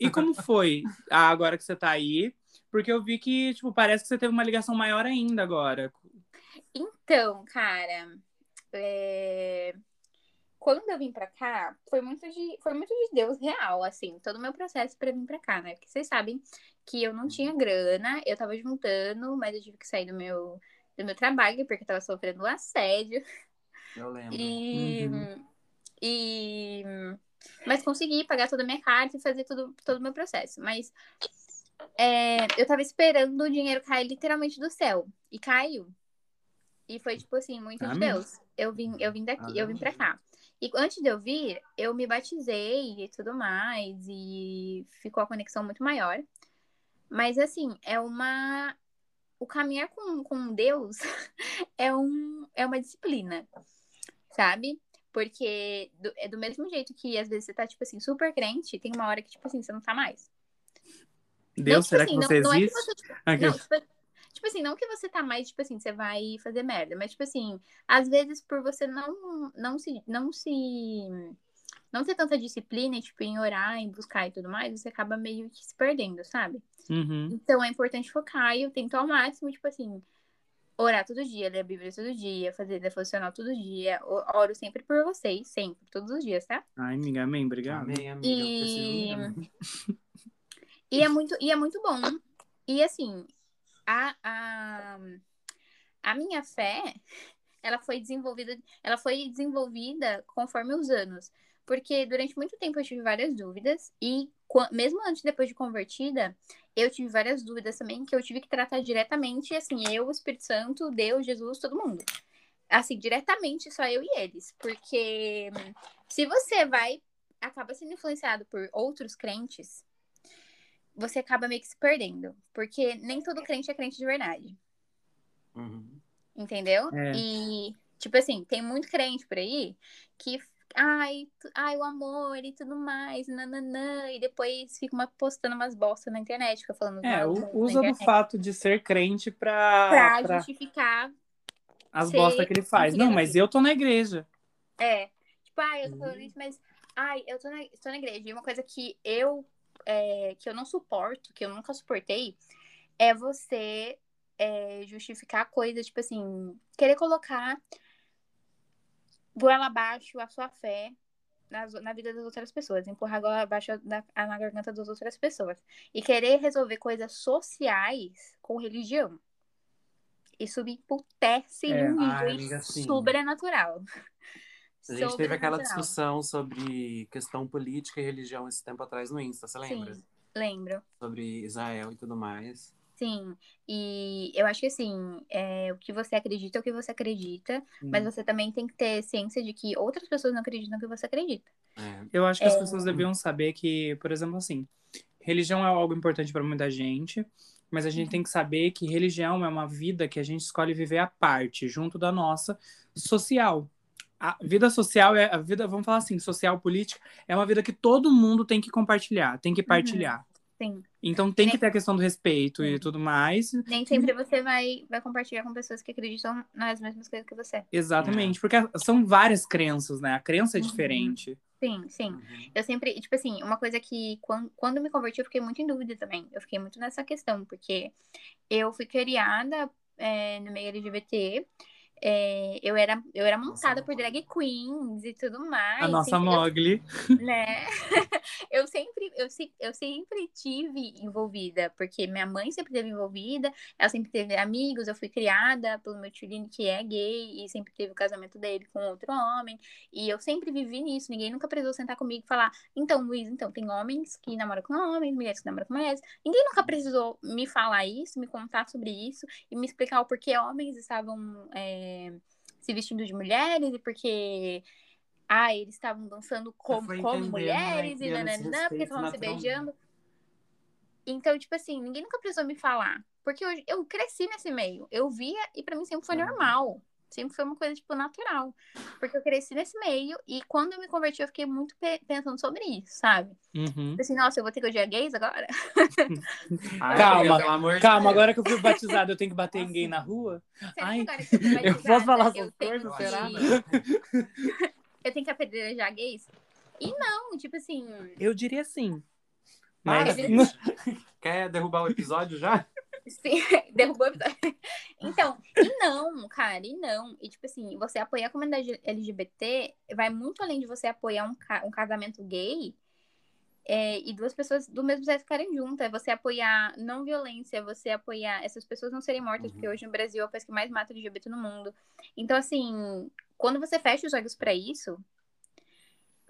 A: E como foi ah, agora que você tá aí? Porque eu vi que, tipo, parece que você teve uma ligação maior ainda agora.
B: Então, cara, é, quando eu vim pra cá, foi muito de, foi muito de Deus real, assim, todo o meu processo pra vir pra cá, né? Porque vocês sabem que eu não tinha grana, eu tava juntando, mas eu tive que sair do meu, do meu trabalho porque eu tava sofrendo um assédio.
C: Eu lembro.
B: E. E. Mas consegui pagar toda a minha carta e fazer tudo, todo o meu processo. Mas é, eu tava esperando o dinheiro cair literalmente do céu. E caiu. E foi, tipo assim, muito de
A: Amém.
B: Deus. Eu vim, eu vim
A: Ah,
B: daqui, eu vim pra cá. E antes de eu vir, eu me batizei e tudo mais. E ficou a conexão muito maior. Mas assim, é uma. O caminhar com, com Deus é, um, é uma disciplina, sabe? Porque do, é do mesmo jeito que às vezes você tá, tipo assim, super crente, tem uma hora que, tipo assim, você não tá mais.
A: Deus,
B: não, tipo
A: será
B: assim,
A: que
B: não-
A: você
B: não é que
A: existe? Ah, Aqui,
B: você Não, tipo, tipo assim, não que você tá mais, tipo assim, você vai fazer merda, mas tipo assim, às vezes por você não, não se, não se, não ter tanta disciplina, tipo, em orar, em buscar e tudo mais, você acaba meio que se perdendo, sabe?
A: Uhum.
B: Então é importante focar e eu tento ao máximo, tipo assim, orar todo dia, ler a Bíblia todo dia, fazer devocional todo dia, o- oro sempre por vocês, sempre, todos os dias, tá?
A: Ai, amiga, amém, obrigado.
C: Amém, amiga.
B: E-
C: preciso mesmo.
B: E é muito, e é muito bom. E assim, a, a, a minha fé, ela foi desenvolvida, ela foi desenvolvida conforme os anos. Porque durante muito tempo eu tive várias dúvidas e qua- mesmo antes depois de convertida, eu tive várias dúvidas também que eu tive que tratar diretamente, assim, eu, o Espírito Santo, Deus, Jesus, todo mundo. Assim, diretamente só eu e eles, porque se você vai acaba sendo influenciado por outros crentes, você acaba meio que se perdendo. Porque nem todo crente é crente de verdade.
C: Uhum.
B: Entendeu?
A: É.
B: E, tipo assim, tem muito crente por aí que. Ai, tu- ai, o amor e tudo mais, nananã. E depois fica uma, postando umas bostas na internet, fica falando.
A: É,
B: mal
A: u-
B: dos outros na
A: usa do
B: internet
A: fato de ser crente pra,
B: Pra
A: pra
B: justificar.
A: as
B: ser
A: bostas que ele faz. Não,
B: considerado.
A: mas eu tô na igreja.
B: É. Tipo, ai, eu tô
C: Uhum.
B: falando isso, mas. Ai, eu tô na, tô na igreja. E uma coisa que eu. é, que eu não suporto, que eu nunca suportei, é você é, justificar coisa, tipo assim, querer colocar goela abaixo a sua fé nas- na, vida das outras pessoas, empurrar goela abaixo na, a- na garganta das outras pessoas. E querer resolver coisas sociais com religião. Isso me emputece em
A: É,
B: um
C: ai,
B: nível
C: amiga, sim.
B: sobrenatural.
C: A gente teve aquela
B: Sobrenatural.
C: discussão sobre questão política e religião esse tempo atrás no Insta, você lembra?
B: Sim, lembro.
C: Sobre Israel e tudo mais.
B: Sim, e eu acho que assim, é, o que você acredita é o que você acredita, mas
C: Hum.
B: você também tem que ter ciência de que outras pessoas não acreditam no que você acredita.
C: É.
A: Eu acho que as pessoas deviam saber que, por exemplo, assim, religião é algo importante pra muita gente, mas a gente tem que saber que religião é uma vida que a gente escolhe viver à parte, junto da nossa social. A vida social é a vida, vamos falar assim, social política é uma vida que todo mundo tem que compartilhar, tem que partilhar.
B: Sim.
A: Então tem que
B: Nem-
A: ter a questão do respeito
B: Sim.
A: e tudo mais.
B: Nem sempre você vai, vai compartilhar com pessoas que acreditam nas mesmas coisas que você.
A: Exatamente, porque são várias crenças, né? A crença é
B: Uhum.
A: diferente.
B: Sim, sim.
C: Uhum.
B: Eu sempre, tipo assim, uma coisa que quan- quando, me converti eu fiquei muito em dúvida também. Eu fiquei muito nessa questão, porque eu fui criada é, no meio LGBT. é, eu, era, eu era montada por drag queens e tudo mais.
A: a nossa
B: sempre- eu
A: Mogli.
B: né? Eu sempre, eu, se- eu sempre tive envolvida, porque minha mãe sempre teve envolvida, ela sempre teve amigos, eu fui criada pelo meu tio Lino, que é gay, e sempre teve o casamento dele com outro homem, e eu sempre vivi nisso, ninguém nunca precisou sentar comigo e falar, então, Luiz, então, tem homens que namoram com homens, mulheres que namoram com mulheres, ninguém nunca precisou me falar isso, me contar sobre isso, e me explicar o porquê homens estavam é, se vestindo de mulheres, e porque... Ah, eles estavam dançando como,
C: foi
B: como
C: entendendo, né,
B: mulheres e
C: criando esse
B: nananã, porque
C: respeito né?
B: estavam se
C: naturalmente.
B: beijando. Então, tipo assim, ninguém nunca precisou me falar. Porque eu, eu cresci nesse meio. Eu via e pra mim sempre foi
C: Uhum.
B: normal. Sempre foi uma coisa, tipo, natural. Porque eu cresci nesse meio e quando eu me converti, eu fiquei muito pe- pensando sobre isso, sabe?
A: Uhum.
B: Assim, nossa, eu vou ter que odiar gays agora?
C: Ai,
A: Calma,
C: amiga, pelo amor de
A: Calma,
C: Deus.
A: agora que eu fui batizado, eu tenho que bater em gay na rua?
B: Será que
A: Ai,
B: agora que né? eu, fui
A: eu vou falar
B: batizada,
A: essas
B: tenho
A: coisas,
B: que-
A: será?
B: Eu tenho que apedrejar gays? E não, tipo assim,
A: Eu diria sim.
C: Para,
A: Mas
C: bicho. Quer derrubar o episódio já?
B: Sim, derrubou a amizade. Então, e não, cara, e não. E tipo assim, você apoiar a comunidade LGBT vai muito além de você apoiar um, ca- um casamento gay é, e duas pessoas do mesmo sexo ficarem juntas. É você apoiar não violência, é você apoiar essas pessoas não serem mortas,
C: Uhum.
B: porque hoje no Brasil é o país que mais mata LGBT no mundo. Então, assim, quando você fecha os olhos pra isso.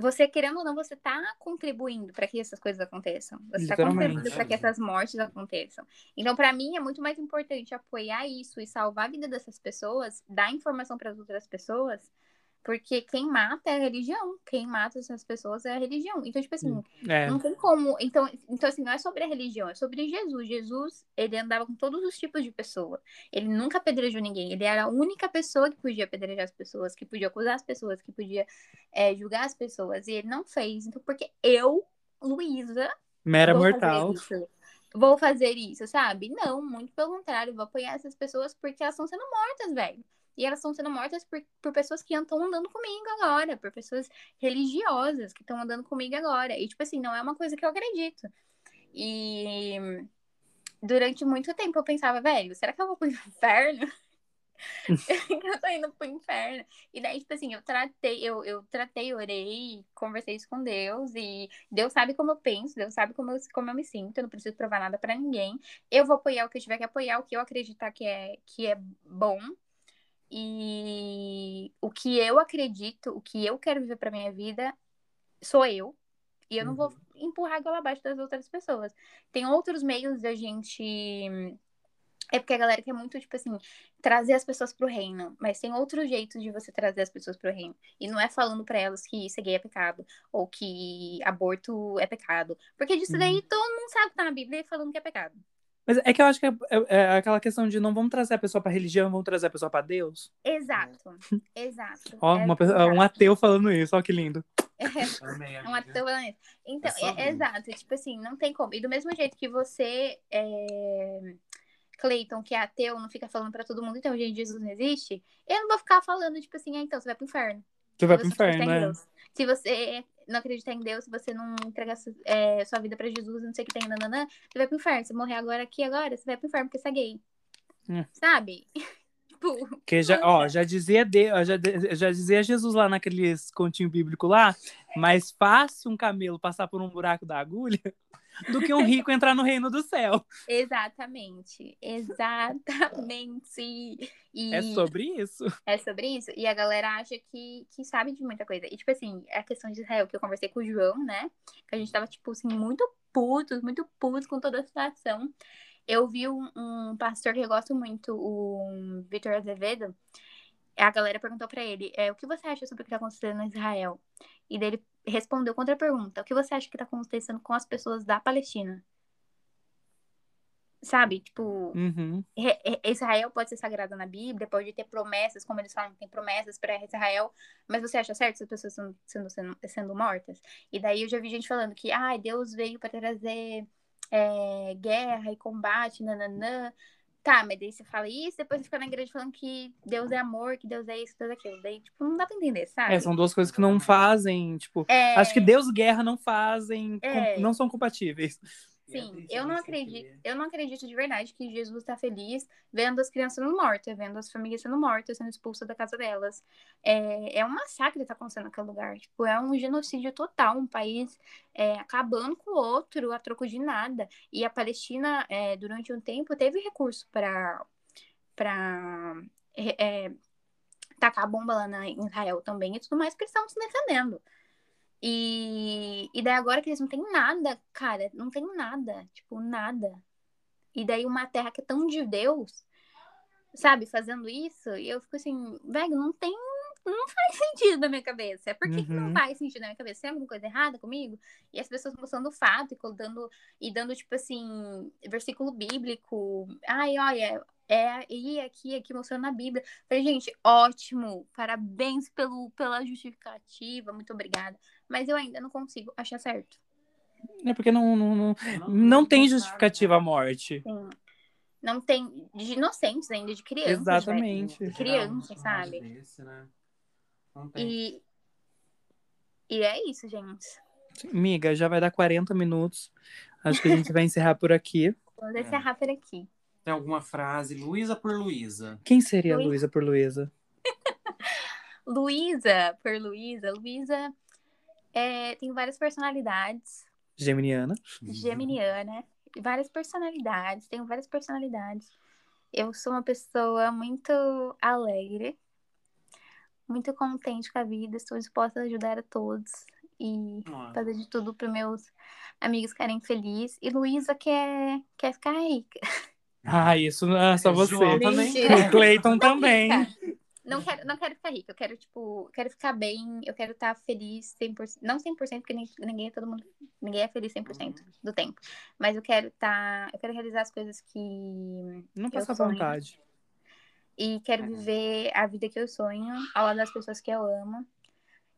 B: Você, querendo ou não, você tá contribuindo pra que essas coisas aconteçam. Você tá
A: Literalmente.
B: contribuindo pra que essas mortes aconteçam. Então, pra mim, é muito mais importante apoiar isso e salvar a vida dessas pessoas, dar informação para as outras pessoas, Porque quem mata é a religião. Quem mata essas pessoas é a religião. Então, tipo assim,
A: É.
B: não tem como. Então, então, assim, não é sobre a religião, é sobre Jesus. Jesus, ele andava com todos os tipos de pessoa. Ele nunca apedrejou ninguém. Ele era a única pessoa que podia apedrejar as pessoas, que podia acusar as pessoas, que podia é, julgar as pessoas. E ele não fez. Então, porque eu, Luísa,
A: Mera
B: vou
A: mortal.
B: fazer isso. Vou fazer isso, sabe? Não, muito pelo contrário, vou apoiar essas pessoas porque elas estão sendo mortas, velho. E elas estão sendo mortas por, por pessoas que estão andando comigo agora, por pessoas religiosas que estão andando comigo agora. E, tipo assim, não é uma coisa que eu acredito. E durante muito tempo eu pensava, velho, será que eu vou pro inferno? Será que eu tô indo pro inferno. E daí, tipo assim, eu tratei, eu, eu tratei, orei, conversei isso com Deus e Deus sabe como eu penso, Deus sabe como eu, como eu me sinto, eu não preciso provar nada pra ninguém. Eu vou apoiar o que eu tiver que apoiar, o que eu acreditar que é, que é bom. E o que eu acredito, o que eu quero viver pra minha vida, sou eu. E eu não vou empurrar a goela abaixo das outras pessoas. Tem outros meios da gente. É porque a galera quer muito, tipo assim, trazer as pessoas pro reino. Mas tem outro jeito de você trazer as pessoas pro reino. E não é falando pra elas que isso é gay é pecado. Ou que aborto é pecado. Porque disso daí
A: Uhum.
B: todo mundo sabe que tá na Bíblia falando que é pecado.
A: Mas é que eu acho que é, é- é aquela questão de não vamos trazer a pessoa pra religião, vamos trazer a pessoa pra Deus.
B: Exato. Exato.
A: Ó,
B: É
A: uma pessoa- um
B: exato.
A: ateu falando isso, ó que lindo.
C: Amém,
B: É um ateu balanês. Então,
C: Essa
B: é- é
C: Uhum. mesmo.
B: exato. Tipo assim, não tem como. E do mesmo jeito que você, é... Cleiton, que é ateu, não fica falando pra todo mundo, então, gente, Jesus não existe, eu não vou ficar falando, tipo assim, ah, então, você vai pro inferno.
A: Você vai
B: Se
A: pro
B: você não acreditar
A: inferno,
B: em
A: né?
B: Deus. Se você é, não acreditar em Deus, se você não entregar su- é, sua vida pra Jesus, não sei o que tem, nananã, você vai pro inferno. Se morrer agora aqui, agora, você vai pro inferno porque você é gay.
A: Hum.
B: Sabe? tipo,
A: Porque já, ó, já dizia de, ó, já, de- já dizia Jesus lá naqueles continho bíblico lá, mais fácil um camelo passar por um buraco da agulha do que um rico entrar no reino do céu.
B: exatamente. Exatamente. E...
A: É sobre isso.
B: É sobre isso. E a galera acha que, que sabe de muita coisa. E, tipo assim, a questão de Israel, que eu conversei com o João, né? Que a gente tava, tipo assim, muito putos, muito putos com toda a situação. Eu vi um, um pastor que eu gosto muito, o Vitor Azevedo. A galera perguntou pra ele, é, o que você acha sobre o que tá acontecendo em Israel? E daí ele respondeu contra a pergunta, o que você acha que tá acontecendo com as pessoas da Palestina? Sabe? Tipo,
A: Uhum.
B: Re- re- Israel pode ser sagrada na Bíblia, pode ter promessas, como eles falam, que tem promessas para Israel, mas você acha certo se as pessoas estão sendo, sendo, sendo mortas? E daí eu já vi gente falando que, ai, Deus veio para trazer é, guerra e combate, nananã. Tá, mas daí você fala isso, depois você fica na igreja falando que Deus é amor, que Deus é isso, Deus é aquilo. Daí, tipo, não dá pra entender, sabe?
A: É, são duas coisas que não fazem, tipo,
B: É,
A: acho que Deus e guerra não fazem, com-
B: É.
A: não são compatíveis.
B: Sim, eu não acredito, eu não acredito de verdade que Jesus tá feliz vendo as crianças sendo mortas, vendo as famílias sendo mortas, sendo expulsas da casa delas. É, é um massacre que tá acontecendo naquele lugar. Tipo, é um genocídio total, um país é, acabando com o outro a troco de nada. E a Palestina, é, durante um tempo, teve recurso para para é, tacar a bomba lá na, em Israel também e tudo mais, porque eles estavam se defendendo. E, e daí agora que eles não têm nada, cara, não tem nada, tipo, nada. E daí uma terra que é tão de Deus, sabe, fazendo isso, e eu fico assim, velho, não tem, não faz sentido na minha cabeça. Por que, que não
A: Uhum.
B: faz sentido na minha cabeça? Tem alguma coisa errada comigo? E as pessoas mostrando o fato e dando, e dando, tipo assim, versículo bíblico. Ai, olha, é, e aqui, aqui mostrando na Bíblia. Falei, gente, ótimo, parabéns pelo, pela justificativa, muito obrigada. Mas eu ainda não consigo achar certo.
A: É porque não, não, não, não tem
B: né?
A: justificativa a morte.
B: Sim. Não tem de inocentes ainda, de crianças. né? velho.
A: Exatamente.
B: Criança, sabe?
C: Desse, né? Não tem.
B: E, e é isso, gente.
A: Miga, já vai dar 40 minutos. Acho que a gente vai encerrar por aqui.
B: Vamos encerrar por aqui.
C: Tem alguma frase, Luísa por Luísa.
A: Quem seria a
B: Oi.
A: Luísa por Luísa?
B: Luísa, por Luísa. Luísa é, tem várias personalidades.
A: Geminiana.
C: né?
B: geminiana, né? várias personalidades, tenho várias personalidades. Eu sou uma pessoa muito alegre, muito contente com a vida, estou disposta a ajudar a todos e
C: Ah,
B: fazer de tudo para meus amigos ficarem felizes. E Luísa quer, quer ficar rica.
A: Ah, isso não é só você.
C: João também.
B: Mentira.
A: O Cleiton também.
B: Rica. Não quero, não quero ficar rica, eu quero, tipo, quero ficar bem, eu quero estar feliz 100%, não 100%, porque ninguém, ninguém, todo mundo, ninguém é feliz 100% do tempo, mas eu quero estar, eu quero realizar as coisas que
A: Não
B: Eu
A: passa
B: sonho.
A: vontade.
B: e quero
C: É.
B: viver a vida que eu sonho, ao lado das pessoas que eu amo.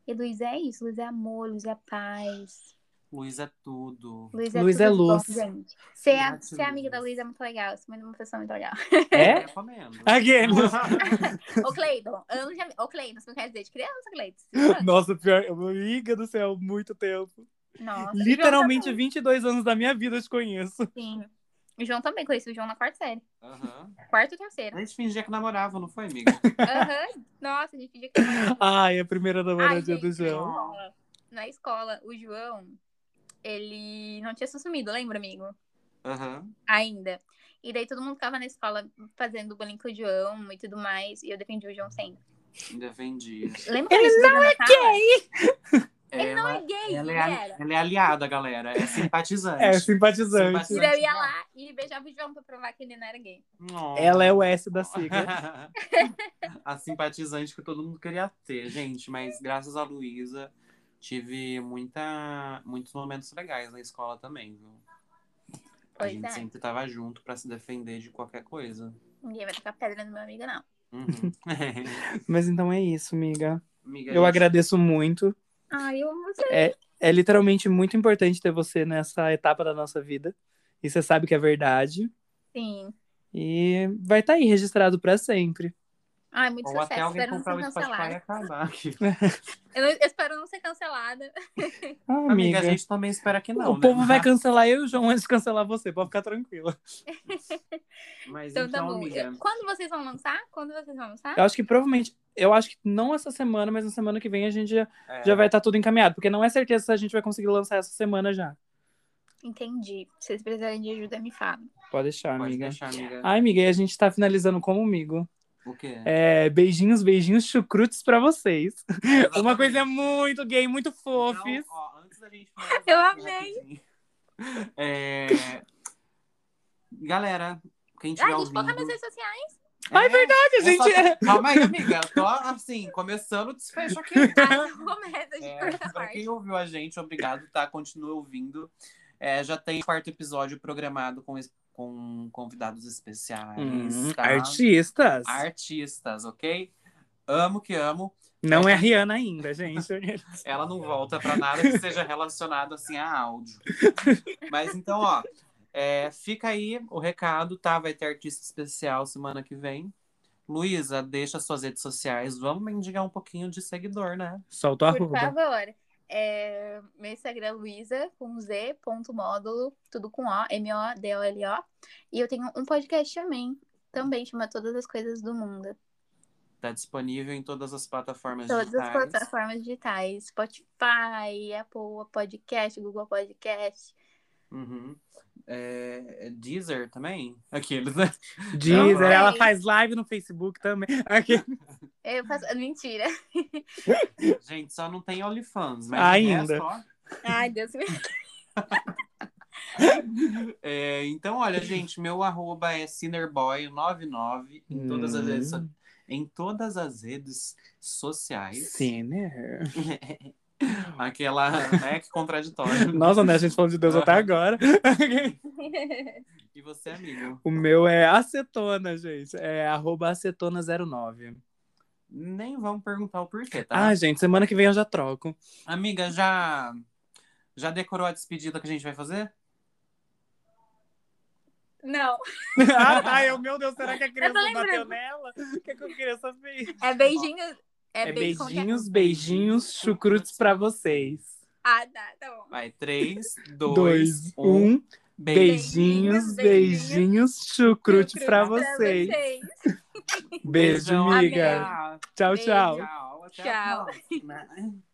B: E Luiz é isso, Luiz é amor, Luiz é paz.
C: Luz é tudo.
B: Luiz é,
A: Luiz
B: tudo
A: é
B: de bom,
A: luz.
B: gente. Ser, a-
C: Gratidão.
B: ser amiga da Luiz é muito legal, ser uma pessoa muito legal.
A: É?
C: Recomendo.
A: Aquele.
B: Ô, Cleidon, anos de ami- Ô, Cleidon, você não quer dizer de criança, Cleidon?
A: Nossa, pior. Amiga do céu, muito tempo.
B: Nossa,
A: Literalmente
B: o João
A: 22 anos da minha vida eu te conheço.
B: também. Sim. O João também conheci o João na quarta série.
C: Aham.
B: Quarta ou terceira.
C: A gente fingia que namorava, não foi, amiga?
B: Aham. Nossa, a gente fingia que tava-
A: Ai, a primeira
B: Ai,
A: namoradinha
B: gente,
A: do
B: na
A: João.
B: escola- Na escola, o João, ele não tinha se assumido, lembra, amigo?
C: Aham.
B: Ainda. E daí todo mundo ficava na escola fazendo bullying com o João e tudo mais. E eu defendi o João sempre.
C: Ainda vendi.
B: Lembra que ele não é gay! Ele não
C: Ela,
B: é gay,
C: ela,
B: ele
C: é, a-
B: era.
C: ela é aliada, galera. É simpatizante.
A: É, simpatizante.
B: E daí eu ia lá e beijava o João pra provar que ele não era gay.
C: Nossa.
A: Ela é o S da sigla.
C: a simpatizante que todo mundo queria ter, gente. Mas graças a Luísa, tive muita, muitos momentos legais na escola também, viu? A
B: Pois
C: gente
B: é.
C: sempre tava junto pra se defender de qualquer coisa.
B: Ninguém vai tocar pedra no meu amigo, não.
C: Uhum.
A: Mas então é isso, amiga.
C: Amiga,
A: Eu
C: gente,
A: agradeço muito.
B: Ai, eu amo você.
A: É literalmente muito importante ter você nessa etapa da nossa vida. E você sabe que é verdade.
B: Sim.
A: E vai estar aí registrado pra sempre.
B: Ai, muito
C: Ou até
B: sucesso.
C: alguém
B: Espero não ser
C: comprar o Spotify e
B: cancelada.
C: acabar aqui.
B: Eu, não- eu espero não ser cancelada.
A: Ah,
C: Amiga, a gente também espera que não.
A: o
C: né?
A: povo vai cancelar eu e o João antes de cancelar você. Pode ficar tranquila.
C: Mas
B: Então,
C: então,
B: tá bom.
C: amiga,
B: Eu- quando vocês vão lançar? Quando vocês vão lançar?
A: Eu acho que provavelmente... Eu acho que não essa semana, mas na semana que vem a gente já,
C: é,
A: já vai estar tudo encaminhado. Porque não é certeza se a gente vai conseguir lançar essa semana já.
B: Entendi. Se vocês precisarem de ajuda, me falam.
A: Pode deixar,
C: pode
A: amiga.
C: deixar, amiga.
A: Ai, amiga, e a gente tá finalizando como amigo.
C: O quê?
A: É, beijinhos, beijinhos, chucrutes pra vocês. Uma coisa muito gay, muito fofis.
C: Então, ó, antes da gente finalizar
B: Eu
C: aqui
B: amei.
C: rapidinho. É, Galera, quem tiver
B: Ai, gente,
C: ouvindo...
B: coloca nas redes sociais.
A: Ah, é
C: verdade,
A: a gente- é.
C: Calma aí, amiga. Tô, assim, começando o desfecho aqui.
B: Ai, não começa, a gente
C: É,
B: corta essa
C: pra quem
B: parte.
C: ouviu a gente, obrigado, tá? Continua ouvindo. É, já tem quarto episódio programado com, es- com convidados especiais,
A: Hum,
C: tá?
A: Artistas.
C: Artistas, ok? Amo que amo.
A: Não é a Rihanna ainda, gente.
C: Ela não volta pra nada que seja relacionado assim a áudio. Mas então, ó, é, fica aí o recado, tá? Vai ter artista especial semana que vem. Luísa, deixa suas redes sociais. Vamos mendigar um pouquinho de seguidor, né?
A: Solta a
B: Por
A: arroba.
B: favor. É, meu Instagram é Luísa com Z, ponto módulo, tudo com O, M-O-D-O-L-O. E eu tenho um podcast também. Também chama Todas as Coisas do Mundo.
C: Tá disponível em todas as plataformas
B: Todas as
C: digitais.
B: plataformas digitais. Spotify, Apple Podcast, Google Podcast.
C: Uhum. É, Deezer também? Aqueles, né?
A: Deezer,
B: Ai.
C: é.
A: ela faz live no Facebook também. Aqui.
B: Eu faço... Mentira.
C: Gente, só não tem OnlyFans, mas
A: Ainda.
C: É só...
B: Ai, Deus me...
C: É, então, olha, gente, meu arroba é Cinerboy99 em todas as
A: Hum.
C: redes, so- em todas as redes sociais.
A: Sinner.
C: Aquela, né, que contraditório.
A: Nossa, André, a gente falou de Deus até agora.
C: E você, amigo?
A: O meu é acetona, gente. É arroba acetona09.
C: Nem vamos perguntar o porquê, tá?
A: Ah, gente, semana que vem eu já troco.
C: Amiga, já, já decorou a despedida que a gente vai fazer?
B: Não.
A: Ah, tá, eu, meu Deus, será que a criança
B: lembrando.
A: bateu nela? O que, que a criança fez?
B: É beijinhos... É,
A: É
B: beijo- como que é?
A: beijinhos, beijinhos, chucrutes pra vocês.
B: Ah, tá, tá bom.
C: Vai, 3, 2,
A: Dois,
C: 1.
A: um. Beijinhos,
B: Beijinhos,
A: beijinhos, chucrute
B: Chucrute
A: pra
B: pra
A: vocês. Beijo,
C: Beijão,
A: amiga. Tchau,
B: Beijo.
A: tchau.
C: Tchau. até a
B: Tchau.
C: próxima.